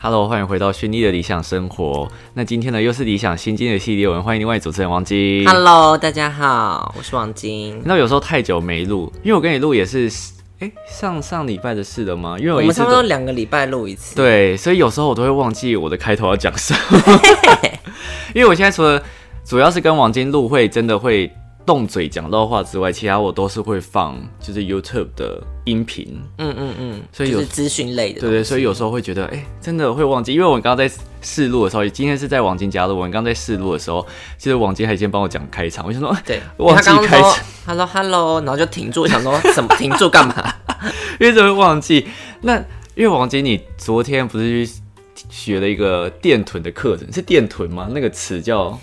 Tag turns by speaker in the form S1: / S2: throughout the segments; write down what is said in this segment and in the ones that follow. S1: Hello，欢迎回到勋丽的理想生活。那今天呢，又是理想新经的系列，我们欢迎另外主持人王晶。
S2: Hello，大家好，我是王晶。
S1: 那有时候太久没录，因为我跟你录也是，哎，上上礼拜的事了吗？因为
S2: 我
S1: 我一
S2: 们
S1: 次
S2: 差不多
S1: 都
S2: 两个礼拜录一次，
S1: 对，所以有时候我都会忘记我的开头要讲什 么。 因为我现在除了主要是跟王晶录会真的会动嘴讲到话之外，其他我都是会放就是 YouTube 的音频。
S2: 嗯嗯嗯，
S1: 所以有
S2: 就是资讯类的，
S1: 对对，所以有时候会觉得，哎、真的会忘记，因为我们刚刚在试录的时候，今天是在王晶家录，我们刚刚在试录的时候，其实王晶还先帮我讲开场，我想说，哎
S2: 对，
S1: 忘
S2: 他
S1: 记
S2: 刚刚
S1: 开
S2: 说
S1: 始
S2: Hello Hello，然后就停住，想说什么停住干嘛？
S1: 因为怎么会忘记？那因为王晶，你昨天不是去学了一个电臀的课程，是电臀吗？那个词叫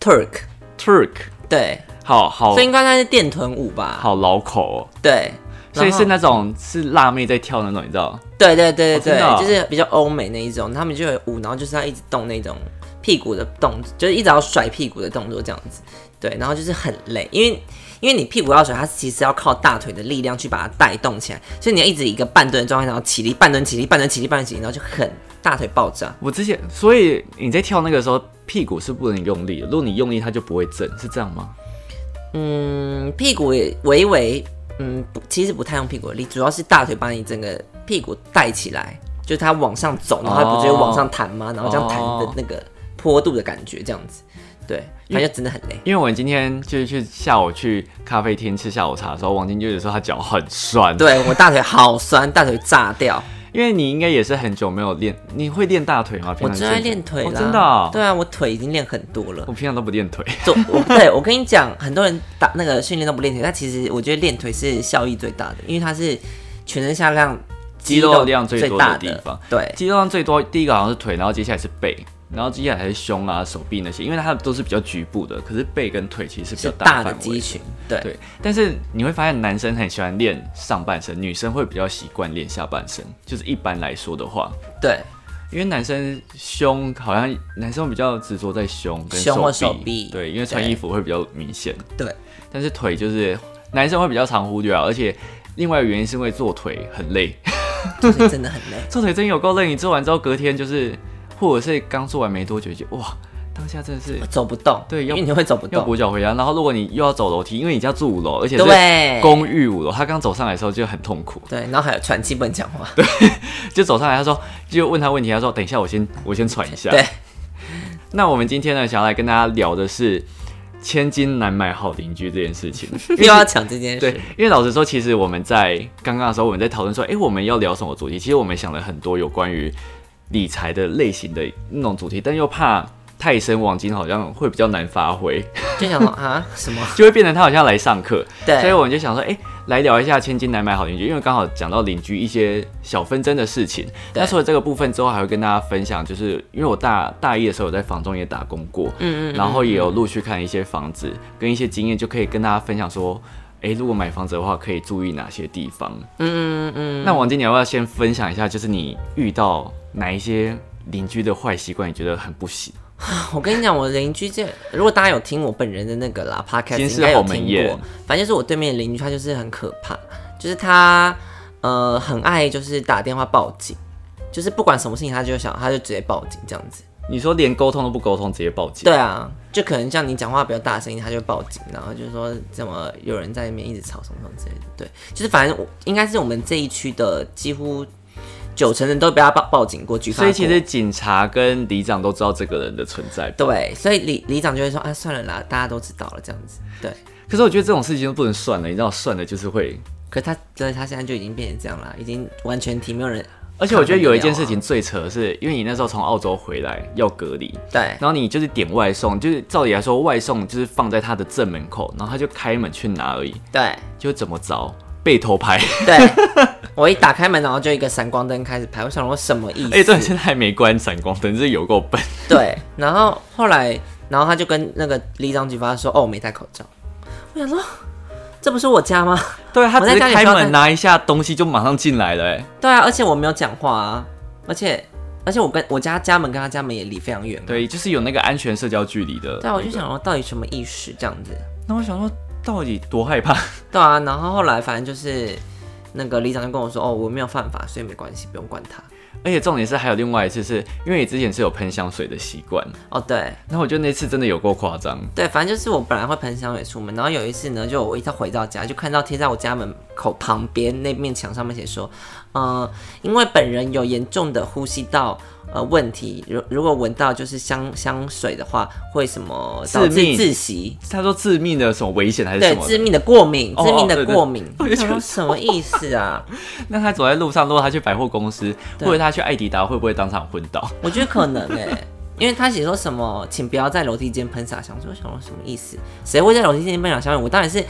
S2: Turk，
S1: Turk，
S2: 对，
S1: 好好
S2: 所以应该那是电臀舞吧？
S1: 好老口哦，
S2: 对，
S1: 所以
S2: 然后
S1: 是那种是辣妹在跳那种，你知道？
S2: 对对对
S1: 哦
S2: 对
S1: 真的哦
S2: 对，就是比较欧美那一种，他们就有舞，然后就是要一直动那种屁股的动作，就是一直要甩屁股的动作这样子。对，然后就是很累，因为因为你屁股要甩，它其实要靠大腿的力量去把它带动起来，所以你要一直一个半蹲的状态，然后起立，半蹲起立，半蹲起立，半蹲起立，然后就很大腿爆炸。
S1: 我之前，所以你在跳那个时候，屁股是不能用力的，如果你用力，它就不会震，是这样吗？
S2: 嗯，屁股也微微，嗯，不，其实不太用屁股的力，主要是大腿把你整个屁股带起来，就是它往上走，然后它不就
S1: 哦
S2: 往上弹吗？然后这样弹的那个坡度的感觉，这样子，对，反正就真的很累。
S1: 因为我们今天就是去下午去咖啡厅吃下午茶的时候，王晶就有说他脚很酸。，
S2: 对我大腿好酸，大腿炸掉，
S1: 因为你应该也是很久没有练，你会练大腿吗？平
S2: 我
S1: 常
S2: 正在
S1: 身体
S2: 练腿啦，
S1: 哦真的哦、
S2: 对啊，我腿已经练很多了
S1: 我。平常都不练腿。
S2: 做我对我跟你讲，很多人打那个训练都不练腿，但其实我觉得练腿是效益最大的，因为它是全身下量
S1: 肌肉量最
S2: 最
S1: 多的
S2: 大
S1: 地方。
S2: 对，
S1: 肌肉上最多第一个好像是腿，然后接下来是背，然后接下来才是胸啊、手臂那些，因为它都是比较局部的。可是背跟腿其实是比
S2: 是
S1: 较
S2: 大的
S1: 范围
S2: 肌群，对。
S1: 对，但是你会发现男生很喜欢练上半身，女生会比较习惯练下半身。就是一般来说的话，
S2: 对，
S1: 因为男生胸好像男生比较执着在胸跟
S2: 胸或
S1: 手
S2: 手臂
S1: 对，因为穿
S2: 对
S1: 衣服会比较明显。
S2: 对，
S1: 但是腿就是男生会比较常忽略啊，而且另外一个原因是因为做腿很累，。
S2: 就是真的很累
S1: 做腿真有够累。你做完之后隔天就是，或者是刚做完没多久就哇，当下真的是
S2: 走不动，
S1: 对
S2: 因
S1: 要
S2: 为你会走不
S1: 要
S2: 动，
S1: 跛脚回家。然后如果你又要走楼梯，因为你家住五楼，而且是
S2: 对，
S1: 公寓五楼，他刚走上来的时候就很痛苦，
S2: 对，然后还有喘气不能讲话，
S1: 就走上来他说就问他问题，他说等一下我先我先喘一下。
S2: 对，
S1: 那我们今天呢，想要来跟大家聊的是千金难买好邻居这件事情。
S2: 又要讲这件
S1: 对
S2: 事，，
S1: 因为老实说，其实我们在刚刚的时候，我们在讨论说，诶，我们要聊什么主题？其实我们想了很多有关于理财的类型的那种主题，但又怕太深，王晶好像会比较难发挥，
S2: 就想说啊什么？
S1: 就会变成他好像来上课。所以
S2: 对，
S1: 我们就想说，哎、来聊一下千金难买好邻居，因为刚好讲到邻居一些小纷争的事情。
S2: 对
S1: 那除了这个部分之后，还会跟大家分享，就是因为我大大一的时候有在房中也打工过，
S2: 嗯嗯嗯
S1: 然后也有陆续看一些房子跟一些经验，就可以跟大家分享说。哎、如果买房子的话，可以注意哪些地方？
S2: 嗯嗯嗯，
S1: 那王经理要不要先分享一下，就是你遇到哪一些邻居的坏习惯，你觉得很不行？
S2: 嗯我跟你讲，我邻居这，如果大家有听我本人的那个啦
S1: 今
S2: ，podcast
S1: 天是
S2: 应该有
S1: 豪门
S2: 听
S1: 宴
S2: 过。反正就是我对面的邻居，他就是很可怕，就是他呃很爱就是打电话报警，就是不管什么事情他就想他就直接报警这样子。
S1: 你说连沟通都不沟通，直接报警？
S2: 对啊，就可能像你讲话比较大声音，他就报警，然后就说怎么有人在那边一直吵什么什么之类的。对，就是反正我应该是我们这一区的几乎九成人都被他报报警过，举发
S1: 所
S2: 过。
S1: 以其实警察跟里长都知道这个人的存在。
S2: 对，所以里里长就会说啊，算了啦，大家都知道了这样子。对，
S1: 可是我觉得这种事情都不能算了，你知道，算了就是会。
S2: 可是他真的他现在就已经变成这样了，已经完全提没有人
S1: 而且我觉得啊有一件事情最扯的是，因为你那时候从澳洲回来要隔离，
S2: 对
S1: 然后你就是点外送，就是照理来说外送就是放在他的正门口，然后他就开门去拿而已，
S2: 对
S1: 就怎么着被偷 拍？
S2: 对，我一打开门，然后就一个闪光灯开始拍，我想说什么意思？
S1: 哎、对，现在还没关闪光灯，这有够笨。
S2: 对，然后后来，然后他就跟那个李长举发说：“哦，我没戴口罩。”我想说，这不是我家吗？
S1: 对他只是
S2: 我在家里
S1: 开
S2: 不要
S1: 门
S2: 戴
S1: 拿一下东西就马上进来了、哎，
S2: 对啊，而且我没有讲话啊，而且而且我跟我家家门跟他家门也离非常远嘛。
S1: 对，就是有那个安全社交距离的。
S2: 对啊，我就，想说，到底什么意识这样子？
S1: 那我想说到底多害怕？
S2: 对啊，然后后来反正就是那个李长就跟我说：“哦，我没有犯法，所以没关系，不用管他。”
S1: 而且重点是还有另外一次是，因为你之前是有喷香水的习惯，
S2: 哦，对
S1: 那我觉得那次真的有够夸张。
S2: 对，反正就是我本来会喷香水出门，然后有一次呢，就我一到回到家，就看到贴在我家门口旁边那面墙上面写说，呃，因为本人有严重的呼吸道呃问题，如如果闻到就是香香水的话，会什么导致
S1: 致命
S2: 窒息？
S1: 他说致命的什么危险还是什
S2: 对，
S1: 么
S2: 致
S1: 的？
S2: 命的过敏，
S1: 哦
S2: 致命
S1: 哦
S2: 的
S1: 对对
S2: 过敏。
S1: 我
S2: 我
S1: 就觉
S2: 想
S1: 得
S2: 说什么意思啊？
S1: 那他走在路上，如果他去百货公司，
S2: 对
S1: 或者他去艾迪达，会不会当场昏倒？
S2: 我觉得可能哎、 因为他写说什么，请不要在楼梯间喷洒香水，我想说什么意思？谁会在楼梯间喷洒香水？我当然是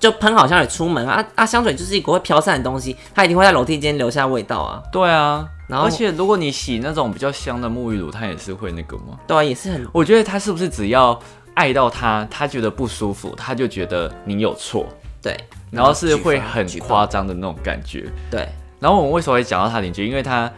S2: 就喷好香水出门啊啊！香水就是一个会飘散的东西，它一定会在楼梯间留下味道啊。
S1: 对啊，
S2: 然后
S1: 而且如果你洗那种比较香的沐浴乳，它也是会那个吗？
S2: 对啊，也是很
S1: 我觉得他是不是只要爱到他，他觉得不舒服，他就觉得你有错，
S2: 对，
S1: 然后是会
S2: 举报
S1: 很
S2: 举报
S1: 夸张的那种感觉。
S2: 对。
S1: 然后我们为什么会讲到他邻居？因为他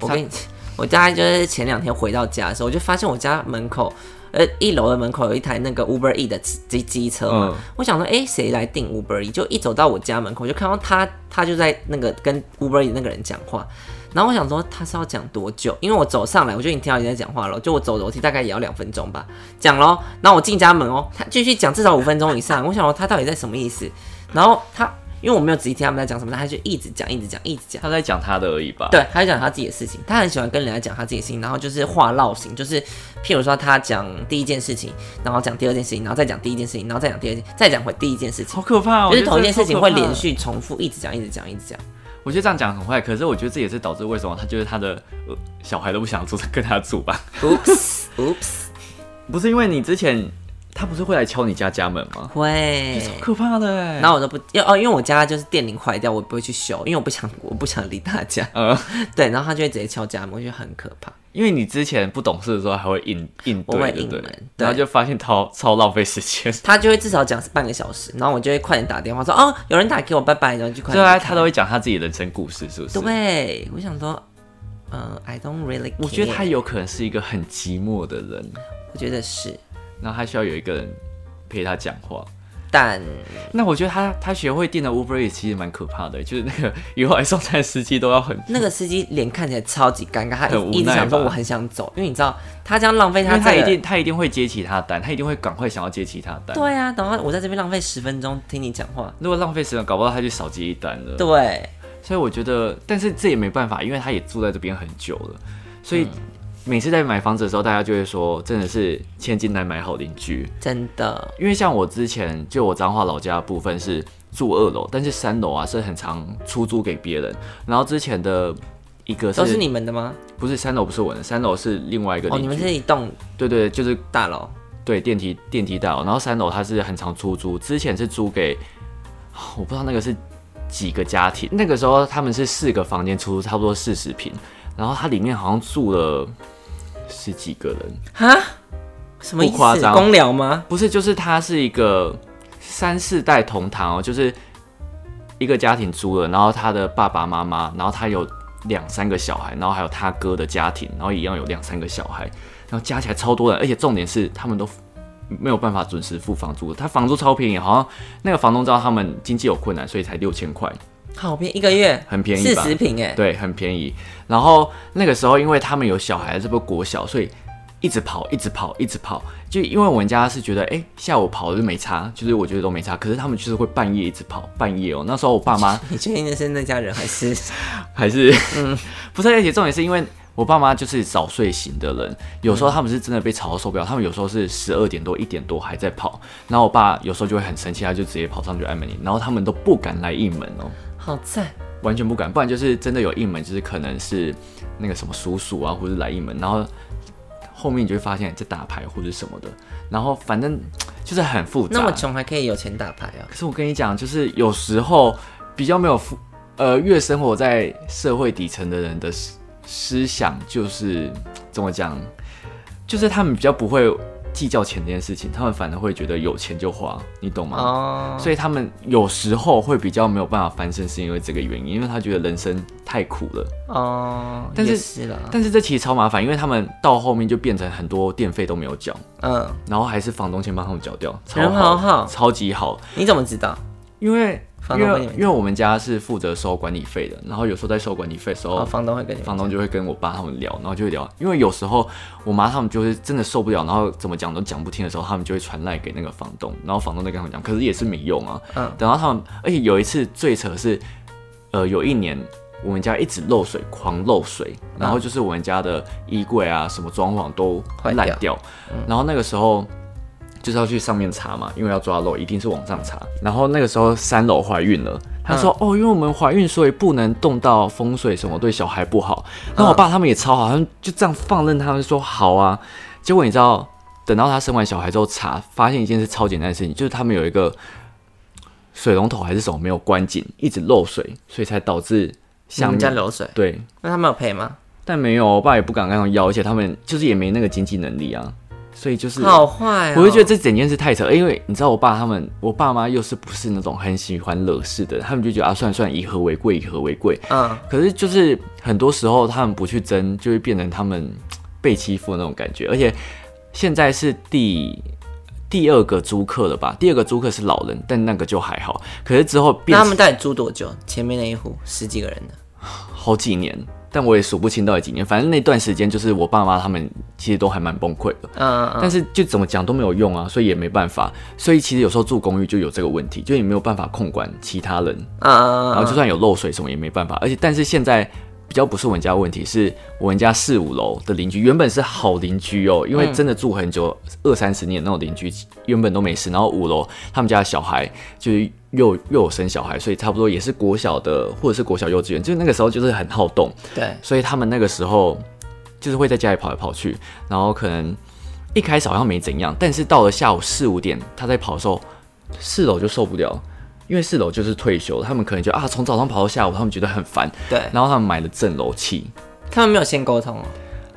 S2: 我跟你，我大概就是前两天回到家的时候，我就发现我家门口，呃，一楼的门口有一台那个 Uber E 的机机车嘛，
S1: 嗯
S2: 我想说，哎、谁来订 Uber E？就一走到我家门口，就看到他，他就在那个跟 Uber E 那个人讲话。然后我想说他是要讲多久，因为我走上来我就已经听到人家讲话了，就我走楼梯大概也要两分钟吧，讲咯，然后我进家门哦，他继续讲至少五分钟以上，我想说他到底在什么意思？然后他因为我没有仔细听他们在讲什么，他就一直讲一直讲一直讲。
S1: 他在讲他的而已吧？
S2: 对，他就讲他自己的事情，他很喜欢跟人家讲他自己的事情，然后就是话唠型，就是譬如说他讲第一件事情，然后讲第二件事情，然后再讲第一件事情，然后再讲第二件，再讲回第一件事情
S1: 好，可怕、哦！
S2: 就是同一件事情会连
S1: 续。
S2: 续重复，一直讲，一直讲，一直讲。
S1: 我觉得这样讲很坏，可是我觉得这也是导致为什么他就是他的、呃、小孩都不想住跟他住吧？
S2: Oops oops，
S1: 不是因为你之前他不是会来敲你家家门吗？
S2: 会。
S1: 可怕的哎、
S2: 然后我都不，因为哦，因为我家就是电铃坏掉，我不会去修，因为我不想，我不想理大 家。
S1: 呃，
S2: 对，然后他就会直接敲家门，我觉得很可怕。
S1: 因为你之前不懂事的时候还会硬硬
S2: 我会
S1: 对，对
S2: 硬
S1: 不
S2: 门
S1: 对？
S2: 对
S1: 然后就发现超超浪费时 间。
S2: 他就会至少讲是半个小时，然后我就会快点打电话说，哦，有人打给我，拜拜，然后就快
S1: 对
S2: 点
S1: 啊，
S2: 去
S1: 他都会讲他自己人生故事，是不是？
S2: 对，我想说，呃，I don't really，
S1: 我觉得他
S2: care，
S1: 有可能是一个很寂寞的人，
S2: 我觉得是，
S1: 然后他需要有一个人陪他讲话。
S2: 但
S1: 那我觉得他他学会订的 Uber 也其实蛮可怕的，就是那个以后来送餐的司机都要很，
S2: 那个司机脸看起来超级尴尬，他
S1: 很无
S2: 一一直
S1: 奈
S2: 想说
S1: 吧
S2: 我很想走，因为你知道他这样浪费
S1: 因
S2: 他
S1: 为
S2: 这
S1: 他一
S2: 个
S1: 定他一定会接其他单，他一定会赶快想要接其他单。，
S2: 对啊，然后我在这边浪费十分钟听你讲话，
S1: 如果浪费时间，搞不好他就少接一单了。
S2: 对，
S1: 所以我觉得，但是这也没办法，因为他也住在这边很久了，所以
S2: 嗯
S1: 每次在买房子的时候，大家就会说，真的是千金难买好邻居。
S2: 真的，
S1: 因为像我之前就我彰化老家的部分是住二楼，但是三楼啊是很常出租给别人。然后之前的一个是
S2: 都是你们的吗？
S1: 不是三楼不是我的，三楼是另外一个
S2: 哦，
S1: 邻居。
S2: 你们是一栋
S1: 对对，就是
S2: 大楼，
S1: 对电梯电梯大楼，然后三楼它是很常出租，之前是租给我不知道那个是几个家庭，那个时候他们是四个房间出租差不多四十平，然后它里面好像住了十几个人。
S2: 哈，什么
S1: 不
S2: 意思
S1: 夸？张
S2: 公聊吗？
S1: 不是，就是它是一个三四代同堂哦，就是一个家庭租了，然后他的爸爸妈妈，然后他有两三个小孩，然后还有他哥的家庭，然后一样有两三个小孩，然后加起来超多人，而且重点是他们都没有办法准时付房租，他房租超便宜，好像那个房东知道他们经济有困难，所以才六千块，
S2: 好便宜，一个月
S1: 很便宜
S2: 四
S1: 吧？
S2: 十平哎，
S1: 对，很便宜。然后那个时候，因为他们有小孩，这不是国小，所以一直跑，一直跑，一直跑。就因为我们家是觉得，哎，下午跑就没差，就是我觉得都没差。可是他们就是会半夜一直跑，半夜哦。那时候我爸妈
S2: 你确定那是那家人 还是？
S1: 还是， 不是，而且重点是因为我爸妈就是早睡型的人，有时候他们是真的被吵到受不了，他们有时候是十二点多、一点多还在跑。然后我爸有时候就会很生气，他就直接跑上去按门铃，然后他们都不敢来应门哦。
S2: 好 赞，
S1: 完全不敢，不然就是真的有一门，就是可能是那个什么叔叔啊，或者来一门，然后后面你就会发现在打牌或者什么的，然后反正就是很复杂。
S2: 那么穷还可以有钱打牌哦。
S1: 可是我跟你讲，就是有时候比较没有富，呃，越生活在社会底层的人的思思想，就是怎么讲，就是他们比较不会计较钱这件事情，他们反而会觉得有钱就花，你懂吗？
S2: 哦，
S1: 所以他们有时候会比较没有办法翻身，是因为这个原因，因为他觉得人生太苦了。
S2: 哦，
S1: 但
S2: 也
S1: 是
S2: 是啦，
S1: 但是这其实超麻烦，因为他们到后面就变成很多电费都没有缴，
S2: 嗯，
S1: 然后还是房东先帮他们缴掉，超
S2: 人好好
S1: 超级好。
S2: 你怎么知道？
S1: 因为
S2: 房
S1: 因
S2: 东跟你
S1: 为
S2: 们
S1: 因为我们家是负责收管理费的，然后有时候在收管理费的时候，
S2: 哦，房东会跟你们
S1: 房东就会跟我爸他们聊，然后就会聊，因为有时候我妈他们就是真的受不了，然后怎么讲都讲不听的时候，他们就会传赖给那个房东，然后房东再跟他们讲，可是也是没用啊。
S2: 嗯
S1: 等到他们，而且有一次最扯的是，呃，有一年我们家一直漏水，狂漏水，然后就是我们家的衣柜啊，什么装潢都
S2: 嗯坏
S1: 烂
S2: 掉嗯
S1: 掉，然后那个时候。就是要去上面查嘛，因为要抓漏，一定是往上查。然后那个时候三楼怀孕了，她说、
S2: 嗯
S1: 哦，因为我们怀孕，所以不能动到风水什么，对小孩不好。那
S2: 嗯
S1: 我爸他们也超好，他们就这样放任他们说好啊。结果你知道，等到她生完小孩之后查，发现一件事超简单的事情，就是他们有一个水龙头还是什么没有关紧，一直漏水，所以才导致
S2: 你
S1: 下
S2: 们家
S1: 面
S2: 流水，
S1: 对。
S2: 那他们有赔吗？
S1: 但没有，我爸也不敢跟他们要，而且他们就是也没那个经济能力啊，所以就是
S2: 好坏、哦，
S1: 我就觉得这整件事太扯，因为你知道我爸他们，我爸妈又是不是那种很喜欢惹事的，他们就觉得啊，算了算了，以和为贵，以和为贵。
S2: 嗯，
S1: 可是就是很多时候他们不去争，就会变成他们被欺负的那种感觉。而且现在是第第二个租客了吧？第二个租客是老人，但那个就还好。可是之后
S2: 那
S1: 变
S2: 他们到底租多久？前面那一户十几个人的，
S1: 好几年，但我也数不清到底几年。反正那段时间就是我爸妈他们其实都还蛮崩溃的。
S2: 嗯嗯嗯，
S1: 但是就怎么讲都没有用啊，所以也没办法。所以其实有时候住公寓就有这个问题，就你没有办法控管其他人，
S2: 嗯嗯嗯
S1: 然后就算有漏水什么也没办法。而且但是现在比较不是我们家的问题，是我们家四五楼的邻居原本是好邻居哦，因为真的住很久二三十年那种邻居原本都没事，然后五楼他们家的小孩就是。又又有生小孩，所以差不多也是国小的或者是国小幼稚园，就是那个时候就是很好动，
S2: 对，
S1: 所以他们那个时候就是会在家里跑来跑去，然后可能一开始好像没怎样，但是到了下午四五点，他在跑的时候，四楼就受不了，因为四楼就是退休，他们可能就啊从早上跑到下午，他们觉得很烦，
S2: 对，
S1: 然后他们买了震楼器，
S2: 他们没有先沟通哦，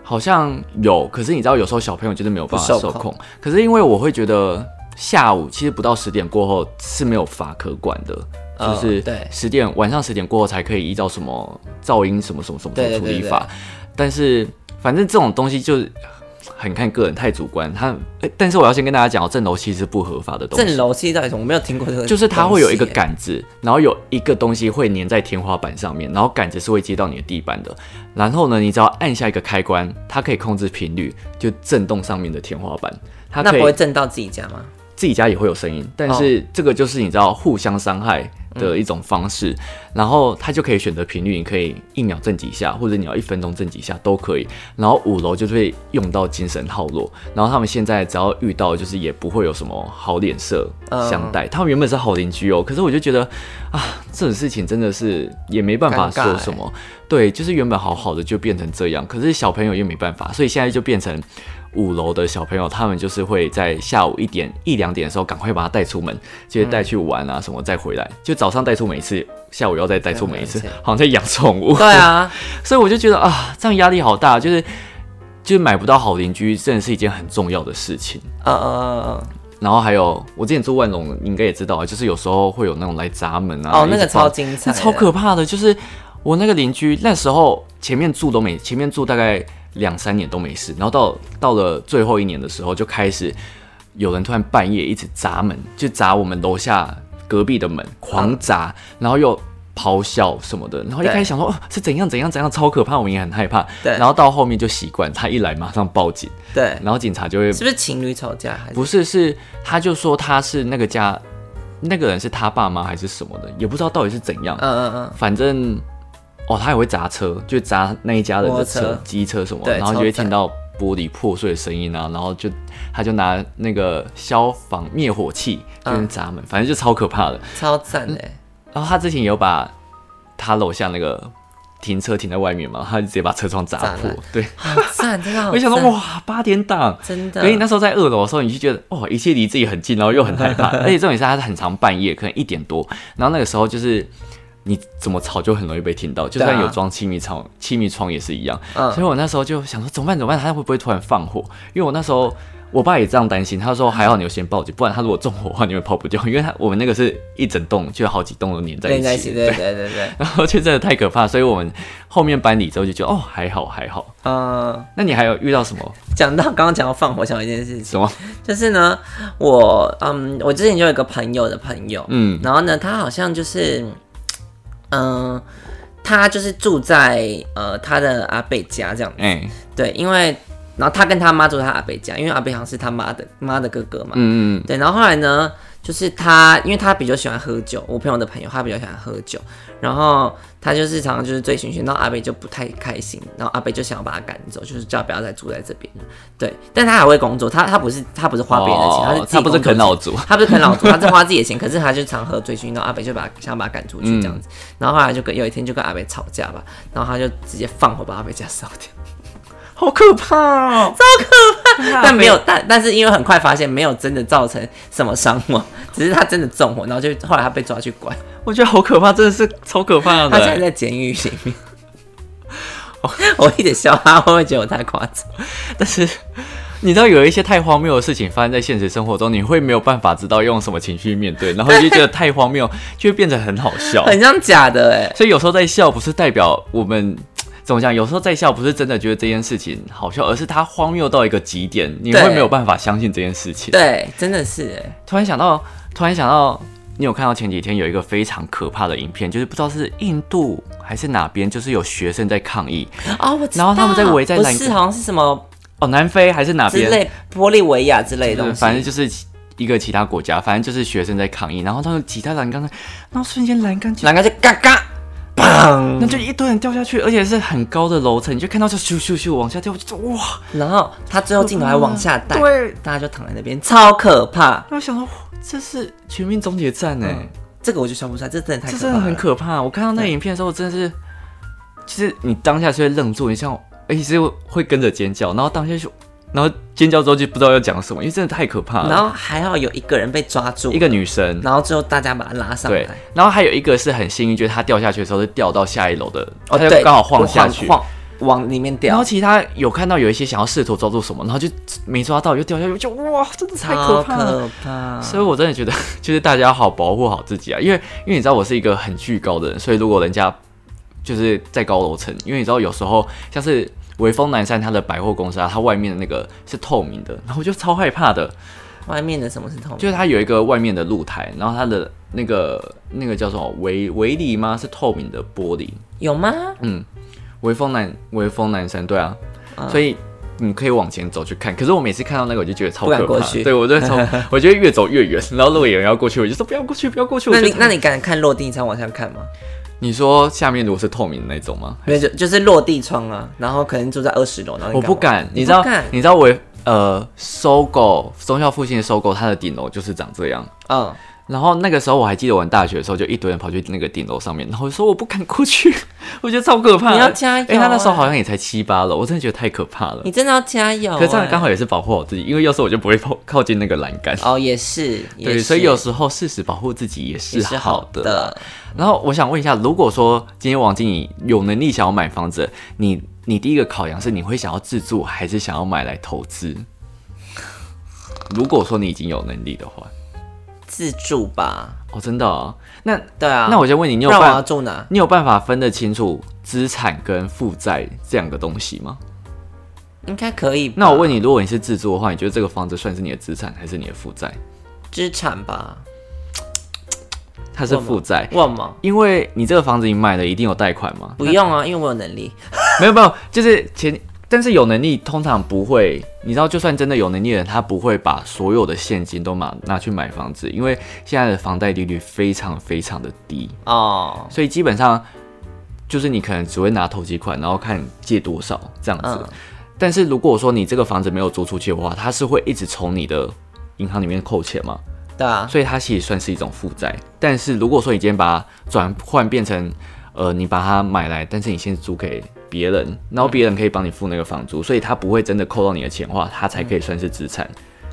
S1: 好像有，可是你知道有时候小朋友就是没有办法
S2: 不
S1: 受
S2: 受控
S1: 控，可是因为我会觉得下午其实不到十点过后是没有法可管的。就
S2: 嗯
S1: 是
S2: 对
S1: 十点、晚上十点过后才可以依照什么噪音什么什么什么什
S2: 对
S1: 么
S2: 对
S1: 处
S2: 对
S1: 理
S2: 对
S1: 法，但是反正这种东西就是很看个人，太主观。他，诶但是我要先跟大家讲哦，震楼器是不合法的东
S2: 正
S1: 西，
S2: 楼梯到底什么？我没有听过这个东西耶，
S1: 就是它会有一个杆子，然后有一个东西会粘在天花板上面，然后杆子是会接到你的地板的。然后呢，你只要按下一个开关，它可以控制频率，就震动上面的天花板。它
S2: 那
S1: 可
S2: 不会
S1: 以
S2: 震到自己家吗？
S1: 自己家也会有声音，但是这个就是你知道互相伤害的一种方式。然后它就可以选择频率，你可以一秒震几下，或者你要一分钟震几下都可以。然后五楼就是会用到精神耗弱，然后他们现在只要遇到就是也不会有什么好脸色
S2: 嗯
S1: 相待。他们原本是好邻居哦，可是我就觉得啊，这种事情真的是也没办法
S2: 尴尬
S1: 说什么。对，就是原本好好的就变成这样，可是小朋友又没办法，所以现在就变成。五楼的小朋友，他们就是会在下午一点一两点的时候，赶快把他带出门，接着带去玩啊什么，再回来。就早上带出门一次，下午要再带出门一次
S2: 再出门一，
S1: 好像在养宠物。
S2: 对啊，
S1: 所以我就觉得啊，这样压力好大，就是就是买不到好邻居，真的是一件很重要的事情。
S2: 呃呃
S1: 然后还有，我之前住万隆，你应该也知道啊，就是有时候会有那种来砸门啊，
S2: 呃，哦，那
S1: 一直
S2: 个
S1: 撞
S2: 超精彩
S1: 那
S2: 的，
S1: 超可怕的，就是我那个邻居那时候前面住都没，前面住大概两三年都没事，然后到到了最后一年的时候就开始有人突然半夜一直砸门，就砸我们楼下隔壁的门，狂砸，然后又。咆哮什么的，然后一
S2: 嗯对
S1: 开始想说、哦、是怎样怎样怎样，超可怕，我们也很害怕。
S2: 对
S1: 然后到后面就习惯，他一来马上报警，
S2: 对，
S1: 然后警察就会
S2: 是不是情侣吵架还是？
S1: 不是，是他就说他是那个家那个人是他爸妈还是什么的，也不知道到底是怎样。
S2: 嗯嗯嗯，
S1: 反正哦，他也会砸车，就砸那一家人的
S2: 摩托
S1: 车
S2: 车、
S1: 机车什么，
S2: 对
S1: 然后就会
S2: 超惨
S1: 听到玻璃破碎的声音啊，然后就他就拿那个消防灭火器
S2: 嗯
S1: 就是砸门，反正就超可怕的。
S2: 超赞欸的耶，
S1: 然后他之前也有把他楼下那个停车停在外面嘛，他就直接把车窗
S2: 砸
S1: 砸破
S2: 烂。
S1: 对，
S2: 好赞，真的好赞，
S1: 我想到哇，八点档。
S2: 真的，
S1: 可是你那时候在二楼的时候，你就觉得哇，一切离自己很近，然后又很 害怕，而且重点是它是很长半夜，可能一点多，然后那个时候就是你怎么吵就很容易被听到，就
S2: 对啊
S1: 算有装气密窗，气密窗也是一样。
S2: 嗯
S1: 所以我那时候就想说怎么办怎么办，它会不会突然放火？因为我那时候我爸也这样担心，他说还好你有先报警，不然他如果中火的话，你会跑不掉，因为他我们那个是一整栋，就有好几栋都粘在一起，
S2: 连在一起，对对对 对，
S1: 然后就真的太可怕，所以我们后面搬离之后就觉得哦还好还好。
S2: 嗯，
S1: 那你还有遇到什么
S2: 讲到刚刚讲到放火小一件事情，
S1: 什么？
S2: 就是呢，我嗯，我之前就有一个朋友的朋友，
S1: 嗯
S2: 然后呢，他好像就是，嗯、他就是住在呃他的阿贝家这样，
S1: 哎、
S2: 对，因为然后他跟他妈住在他阿贝家，因为阿贝好像是他妈的妈的哥哥嘛，
S1: 嗯嗯
S2: 对，然后后来呢，就是他，因为他比较喜欢喝酒，我朋友的朋友他比较喜欢喝酒，然后他就是常常就是醉醺醺，然后阿北就不太开心，然后阿北就想要把他赶走，就是叫他不要再住在这边了。对，但他还会工作，他他不是他不是花别人的钱，他是
S1: 哦
S2: 自己
S1: 他不是
S2: 工作
S1: 啃老
S2: 自己
S1: 族，
S2: 他不是啃老族，他是花自己的钱，可是他就常喝醉醺，然后阿北就把他想把他赶出去这
S1: 嗯
S2: 样子，然后后来就跟有一天就跟阿北吵架吧，然后他就直接放火把阿北家烧掉。
S1: 好可怕哦，超可怕
S2: 但没有，但但是因为很快发现没有真的造成什么伤亡， 只是他真的纵火，然后就后来他被抓去关，
S1: 我觉得好可怕，真的是超可怕
S2: 他现在
S1: 的。
S2: 在监狱里面。
S1: 哦
S2: 我一直笑他，会不会觉得我太夸张？
S1: 但是你知道有一些太荒谬的事情发生在现实生活中，你会没有办法知道用什么情绪面对，然后你就觉得太荒谬， 就会变得很好笑。
S2: 很像假的哎、
S1: 所以有时候在笑不是代表我们怎么讲，有时候在笑不是真的觉得这件事情好笑，而是它荒谬到一个极点，你会
S2: 对
S1: 没有办法相信这件事情。
S2: 对，真的是哎、
S1: 突然想到，突然想到，你有看到前几天有一个非常可怕的影片，就是不知道是印度还是哪边，就是有学生在抗议，
S2: 哦，我知
S1: 然后他们在
S2: 道
S1: 围在
S2: 不
S1: 栏
S2: 是好像是什么
S1: 哦，南非还是哪
S2: 之
S1: 边，
S2: 类玻利维亚之类
S1: 就
S2: 的东
S1: 是
S2: 西，
S1: 反正就是一个其他国家，反正就是学生在抗议，然后他们挤在栏杆上，然后瞬间栏杆就
S2: 栏杆就嘎嘎，砰，
S1: 那就一堆人掉下去，而且是很高的楼层，你就看到就咻咻咻往下掉，我就说哇，
S2: 然后他最后镜头还往下带，
S1: 对，
S2: 大家就躺在那边，超可怕。
S1: 那我想到，哇这是全民终结战哎、
S2: 嗯这个我就笑不出来，这真的太
S1: 这
S2: 可
S1: 真
S2: 怕
S1: 的
S2: 了，
S1: 很可怕。我看到那影片的时候，我真的是，其实你当下是会愣住，你像，而且是会跟着尖叫，然后当下就，然后尖叫之后就不知道要讲什么，因为真的太可怕了。
S2: 然后还好有一个人被抓住
S1: 一，个女生，
S2: 然后最后大家把他拉上
S1: 对
S2: 来。，
S1: 然后还有一个是很幸运，就是她掉下去的时候是掉到下一楼的，她
S2: 哦，对，
S1: 就刚好晃下去。
S2: 晃晃往里面
S1: 然后
S2: 掉，
S1: 其他有看到有一些想要试图抓住什么，然后就没抓到，又掉下去，就哇，真的太可
S2: 超
S1: 怕了。
S2: 可怕。
S1: 所以，我真的觉得，就是大家要好保护好自己啊，因为因为你知道我是一个很惧高的人，所以如果人家就是在高楼层，因为你知道有时候像是微风南山它的百货公司啊，它外面的那个是透明的，然后我就超害怕的，
S2: 外面的什么是透明？
S1: 就是它有一个外面的露台，然后它的那个那个叫什么围围篱吗？是透明的玻璃，
S2: 有吗？
S1: 微风南微风南山，对啊，
S2: 嗯
S1: 所以。你可以往前走去看，可是我每次看到那个我就觉得超
S2: 不敢
S1: 可
S2: 过
S1: 怕，
S2: 去
S1: 对我就 会超，我就会越走越远。然后如果有人要过去，我就说不要过去，不要过去。
S2: 那
S1: 我
S2: 你
S1: 就
S2: 那你敢看落地窗往下看吗？
S1: 你说下面如果是透明的那种吗？
S2: 没有，就就是落地窗啊，然后可能住在二十楼，然后你
S1: 我不
S2: 吗
S1: 敢，
S2: 你
S1: 你知道
S2: 不敢，
S1: 你知道我呃，搜狗中校附近的搜狗，它的顶楼就是长这样。
S2: 嗯，
S1: 然后那个时候我还记得，我很大学的时候就一堆人跑去那个顶楼上面，然后我就说我不敢过去， 我觉得超可怕的。
S2: 你要加油
S1: 因为他那时候
S2: 欸
S1: 好像也才七八楼，我真的觉得太可怕了。
S2: 你真的要加油欸。
S1: 可是这样刚好也是保护好自己，因为要是我就不会靠靠近那个栏杆。
S2: 哦，也是，也
S1: 对，
S2: 是
S1: 所以有时候适时保护自己也
S2: 也
S1: 是
S2: 是
S1: 好
S2: 好
S1: 的啦。然后我想问一下，如果说今天王经理有能力想要买房子，你你第一个考量是你会想要自住，还是想要买来投资？如果说你已经有能力的话，
S2: 自助吧。
S1: 哦，真的啊、那、
S2: 对啊，
S1: 那我就问你，你有
S2: 让我要
S1: 办
S2: 住哪？
S1: 你有办法分得清楚资产跟负债这两个东西吗？
S2: 应该可以吧。
S1: 那我问你，如果你是自住的话，你觉得这个房子算是你的资产还是你的负债？
S2: 资产吧，
S1: 它是
S2: 问吗
S1: 负债，
S2: 问吗？
S1: 因为你这个房子你买了一定有贷款吗？
S2: 不用啊，因为我有能力。
S1: 没有没有，就是前，但是有能力通常不会，你知道，就算真的有能力的人，他不会把所有的现金都拿拿去买房子，因为现在的房贷利率非常非常的低，
S2: 哦，
S1: 所以基本上就是你可能只会拿头期款，然后看借多少这样子。
S2: 嗯
S1: 但是如果说你这个房子没有租出去的话，它是会一直从你的银行里面扣钱嘛，
S2: 对啊，
S1: 所以它其实算是一种负债。但是如果说你今天把它转换变成，呃，你把它买来，但是你先租给别人，然后别人可以帮你付那个房租，所以它不会真的扣到你的钱的话，它才可以算是资产。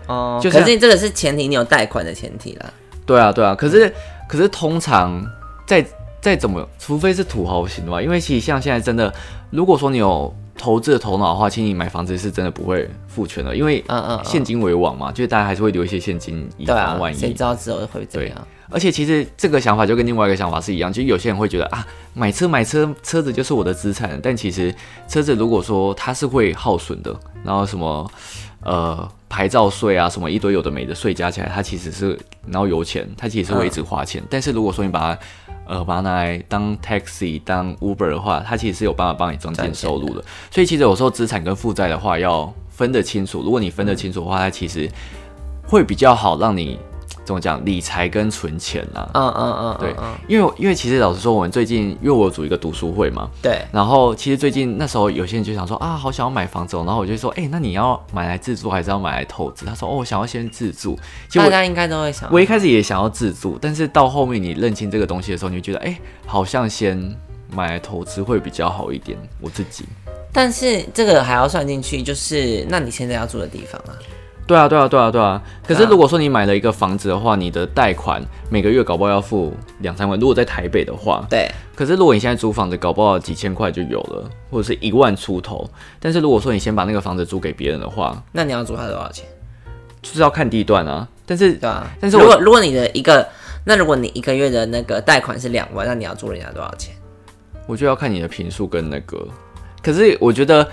S2: 哦，
S1: 就
S2: 可
S1: 像
S2: 是这个是前提，你有贷款的前提啦。
S1: 对啊，对啊。可是可是通常再再怎么，除非是土豪型的嘛，因为其实像现在真的，如果说你有投资的头脑的话，其实你买房子是真的不会付全的，因为
S2: 嗯嗯嗯
S1: 现金为王嘛，就是大家还是会留一些现金以
S2: 对
S1: 防
S2: 啊
S1: 万，
S2: 谁
S1: 一
S2: 知。道之后会怎样？
S1: 而且其实这个想法就跟另外一个想法是一样，就是有些人会觉得啊，买车买车车子就是我的资产，但其实车子如果说它是会耗损的，然后什么呃牌照税啊，什么一堆有的没的税加起来，它其实是然后油钱，它其实是会一直花
S2: 嗯
S1: 钱。但是如果说你把它呃把它拿来当 taxi 当 Uber 的话，它其实是有办法帮你增
S2: 赚
S1: 进
S2: 钱
S1: 收入的。所以其实有时候资产跟负债的话要分得清楚，如果你分得清楚的话，它其实会比较好让你。怎么讲？理财跟存钱啦、
S2: 嗯嗯嗯，
S1: 对
S2: 嗯，
S1: 因为我因为其实老实说，我们最近因为我有组一个读书会嘛，
S2: 对，
S1: 然后其实最近那时候有些人就想说啊，好想要买房子、哦，然后我就说，哎、那你要买来自住还是要买来投资？他说，哦，我想要先自住。其实
S2: 大
S1: 我
S2: 家应该都会想，
S1: 我一开始也想要自住，但是到后面你认清这个东西的时候，你就觉得，哎、好像先买来投资会比较好一点。我自己，
S2: 但是这个还要算进去，就是那你现在要住的地方啊，
S1: 对啊，对啊，对啊，对啊。可是
S2: 对啊
S1: 如果说你买了一个房子的话，你的贷款每个月搞不好要付两三万，如果在台北的话，
S2: 对，
S1: 可是如果你现在租房子，搞不好几千块就有了，或者是一万出头。但是如果说你先把那个房子租给别人的话，
S2: 那你要住它多少钱？
S1: 就是要看地段啊。但是
S2: 对啊，
S1: 但是
S2: 如
S1: 我
S2: 果如果你的一个，那如果你一个月的那个贷款是两万，那你要住人家多少钱？
S1: 我就要看你的平数跟那个。可是我觉得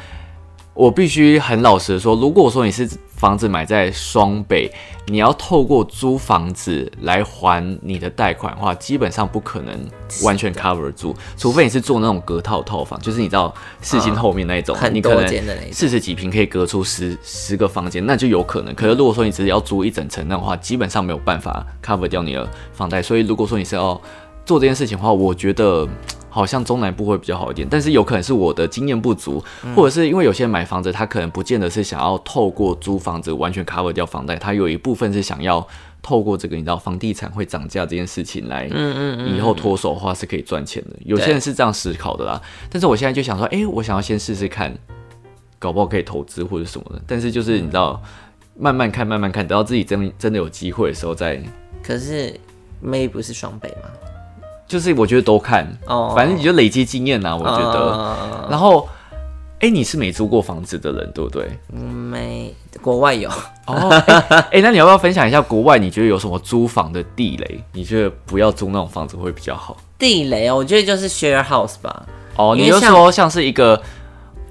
S1: 我必须很老实的说，如果说你是房子买在双北，你要透过租房子来还你的贷款的话，基本上不可能完全 cover 住，除非你是做那种隔套套房，就是你知道四星后面那一种，
S2: 啊很
S1: 你可
S2: 多
S1: 能
S2: 间的那一种，
S1: 四十几平可以隔出十十个房间，那就有可能。可是如果说你只是要租一整层那的话，基本上没有办法 cover 掉你的房贷。所以如果说你是要做这件事情的话，我觉得嘖好像中南部会比较好一点。但是有可能是我的经验不足，或者是因为有些人买房子，他可能不见得是想要透过租房子完全 cover 掉房贷，他有一部分是想要。透过这个，你知道房地产会涨价这件事情来，嗯嗯以后脱手的话是可以赚钱的。有些人是这样思考的啦，但是我现在就想说，诶，我想要先试试看，搞不好可以投资或者什么的。但是就是你知道，慢慢看，慢慢看，等到自己真真的有机会的时候再，
S2: 可是 May 不是双倍吗？
S1: 就是我觉得都看，
S2: 哦
S1: 反正你就累积经验啦，我觉得。
S2: 得
S1: 然后，哎、你是没租过房子的人，对不对？
S2: 没国外有，
S1: 哦，哎、诶那你要不要分享一下国外你觉得有什么租房的地雷？你觉得不要租那种房子会比较好？
S2: 地雷哦，我觉得就是 share house 吧。
S1: 哦，你
S2: 因为
S1: 就
S2: 像
S1: 说像是一个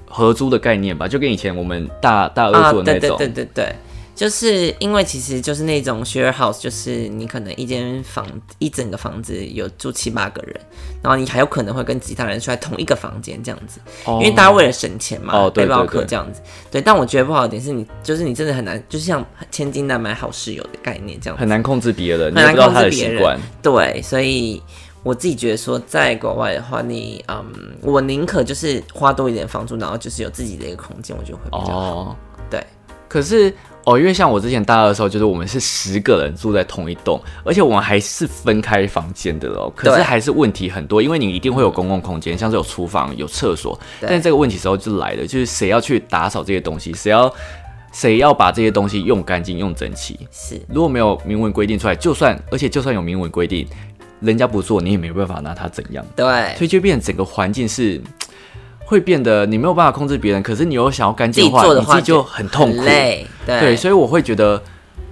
S1: 合租的概念吧，就跟以前我们大大二
S2: 啊，
S1: 住的
S2: 对
S1: 那
S2: 对
S1: 种。
S2: 对对对，就是因为其实就是那种 share house，就是你可能一间房一整个房子有住七八个人，然后你还有可能会跟其他人睡在同一个房间这样子，
S1: 哦
S2: 因为大家为了省钱嘛，
S1: 哦对
S2: 背包
S1: 对
S2: 客
S1: 对
S2: 这样子。对，但我觉得不好的点是你就是你真的很难，就是像千金难买好室友的概念这样子。
S1: 很难控制别人，你也
S2: 很难
S1: 不知道他的
S2: 控制别
S1: 习
S2: 人
S1: 惯。
S2: 对，所以我自己觉得说，在国外的话，你嗯，我宁可就是花多一点房租，然后就是有自己的一个空间，我觉得会比较好。
S1: 哦，
S2: 对，
S1: 可是哦，因为像我之前大二的时候，就是我们是十个人住在同一栋，而且我们还是分开房间的哦。可是
S2: 对
S1: 还是问题很多，因为你一定会有公共空间，像是有厨房、有厕所，
S2: 对
S1: 但是这个问题时候就来了，就是谁要去打扫这些东西，谁要谁要把这些东西用干净、用整齐。
S2: 是
S1: 如果没有明文规定出来，就算而且就算有明文规定，人家不做，你也没办法拿他怎样。
S2: 对，
S1: 所以就变成整个环境是会变得你没有办法控制别人，可是你又想要干
S2: 自
S1: 净
S2: 己
S1: 的话，
S2: 做的
S1: 你
S2: 话
S1: 自己就很痛苦。
S2: 累，对
S1: 对，所以我会觉得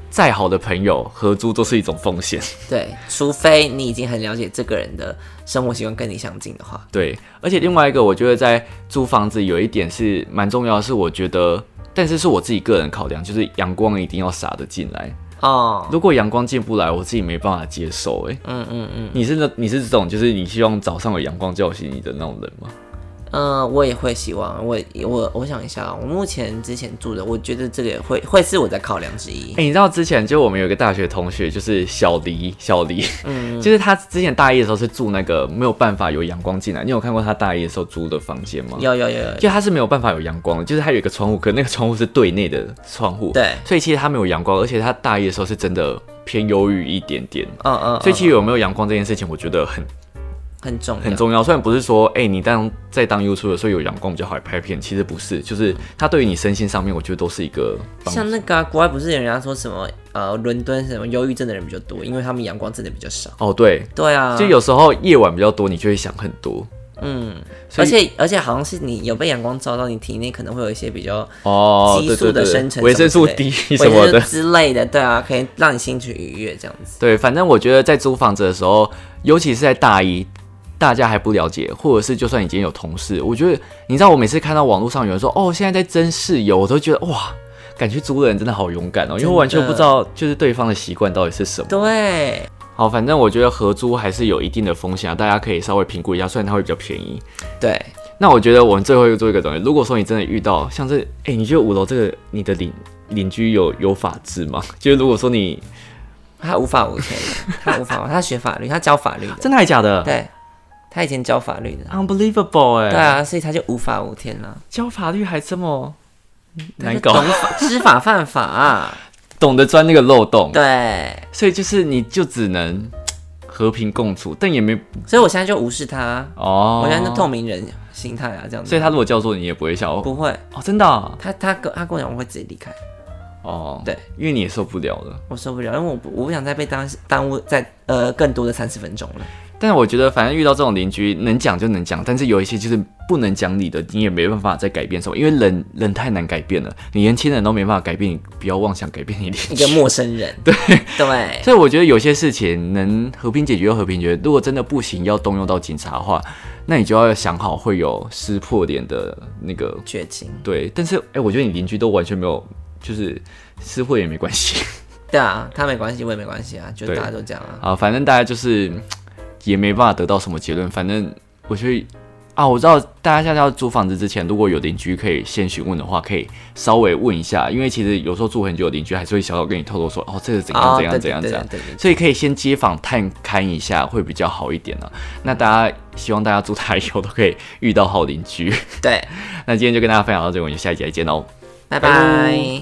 S1: 再好的朋友合租都是一种风险。
S2: 对，除非你已经很了解这个人的生活习惯跟你相近的话，
S1: 对，而且另外一个我觉得在租房子有一点是蛮重要的，是我觉得。但是是我自己个人考量，就是阳光一定要洒得进来。
S2: 哦，
S1: 如果阳光进不来，我自己没办法接受、欸。嗯嗯嗯，你是那你是这种，就是你希望早上有阳光叫醒你的那种人吗？
S2: 嗯、我也会希望，我我我想一下，我目前之前住的，我觉得这个也会会是我的考量之一
S1: 哎、。你知道之前就我们有一个大学同学，就是小黎，小黎， 就是他之前大一的时候是住那个没有办法有阳光进来。你有看过他大一的时候租的房间吗？
S2: 有有有有，
S1: 就他是没有办法有阳光的，就是他有一个窗户，可那个窗户是对内的窗户，
S2: 对
S1: 所以其实他没有阳光，而且他大一的时候是真的偏忧郁一点点。
S2: 嗯嗯，
S1: 所以
S2: 嗯
S1: 其实有没有阳光这件事情，我觉得很
S2: 很重要，
S1: 很重要。虽然不是说，哎、你当在当 YouTube 的时候有阳光比较好拍片，其实不是，就是它对于你身心上面，我觉得都是一个帮助。
S2: 像那个、啊、国外不是人家说什么呃，伦敦什么忧郁症的人比较多，因为他们阳光真的比较少。
S1: 哦，对，
S2: 对啊，
S1: 就有时候夜晚比较多，你就会想很多。
S2: 嗯，
S1: 所
S2: 而
S1: 以
S2: 且而且好像是你有被阳光照到，你体内可能会有一些比较
S1: 哦，
S2: 激
S1: 对
S2: 素
S1: 对
S2: 的
S1: 对，
S2: 生成什么之类，啊
S1: 维生素 D
S2: 维
S1: 什
S2: 生
S1: 么
S2: 素
S1: 的，
S2: 之类的，对啊，可以让你心情愉悦这样子。
S1: 对，反正我觉得在租房子的时候，尤其是在大一，大家还不了解，或者是就算已经有同事，我觉得你知道，我每次看到网络上有人说哦，现在在争室友，我都觉得哇，感觉租的人真的好勇敢哦，因为我完全
S2: 真的
S1: 不知道就是对方的习惯到底是什么。
S2: 对，
S1: 好，反正我觉得合租还是有一定的风险啊，大家可以稍微评估一下，虽然它会比较便宜。
S2: 对，
S1: 那我觉得我们最后一个做一个总结，如果说你真的遇到像是，哎、你觉得五楼这个你的邻邻居有有法治吗？就是如果说你
S2: 他无法无天，他无法，他学法律，他教法律的，
S1: 真的还假的
S2: 对，他以前教法律的，
S1: ，unbelievable 哎、
S2: 对啊，所以他就无法无天了，
S1: 教法律还这么
S2: 他
S1: 难
S2: 就
S1: 搞，
S2: 懂法知法犯法、啊
S1: 懂得钻那个漏洞，
S2: 对，
S1: 所以就是你就只能和平共处，但也没
S2: 所以我现在就无视他，
S1: 哦。
S2: 我现在就透明人心态啊，这样子，
S1: 所以他如果叫做你也不会笑哦，
S2: 不会，
S1: 哦真的啊、
S2: 他他跟他跟我讲我会自己离开，
S1: 哦，
S2: 对，
S1: 因为你也受不了了。
S2: 我受不了，因为我不我不想再被耽耽误在呃更多的三十分钟了，
S1: 但是我觉得，反正遇到这种邻居，能讲就能讲，但是有一些就是不能讲理的，你也没办法再改变什么，因为人人太难改变了，你年轻人都没办法改变，你不要妄想改变你邻
S2: 一个
S1: 居。
S2: 陌生人，对 对，
S1: 所以我觉得有些事情能和平解决就和平解决，如果真的不行要动用到警察的话，那你就要想好会有撕破脸的那个
S2: 绝情，
S1: 对。但是哎、我觉得你邻居都完全没有，就是撕破脸也没关系
S2: 对啊，他没关系，我也没关系啊，就
S1: 对
S2: 大家都这样啊，
S1: 啊，反正大家就是嗯也没办法得到什么结论。反正我觉得啊，我知道大家现在要租房子之前，如果有邻居可以先询问的话，可以稍微问一下，因为其实有时候住很久的邻居还是会小小跟你透露说，哦，这个怎样
S2: 哦
S1: 怎样
S2: 对
S1: 怎样
S2: 对
S1: 怎样
S2: 对。对对
S1: 所以可以先街访探勘一下，会比较好一点呢、啊那大家希望大家住台以后都可以遇到好邻居。
S2: 对，
S1: 那今天就跟大家分享到这里，我们就下一集再见喽。
S2: 拜
S1: 拜
S2: 拜。
S1: 拜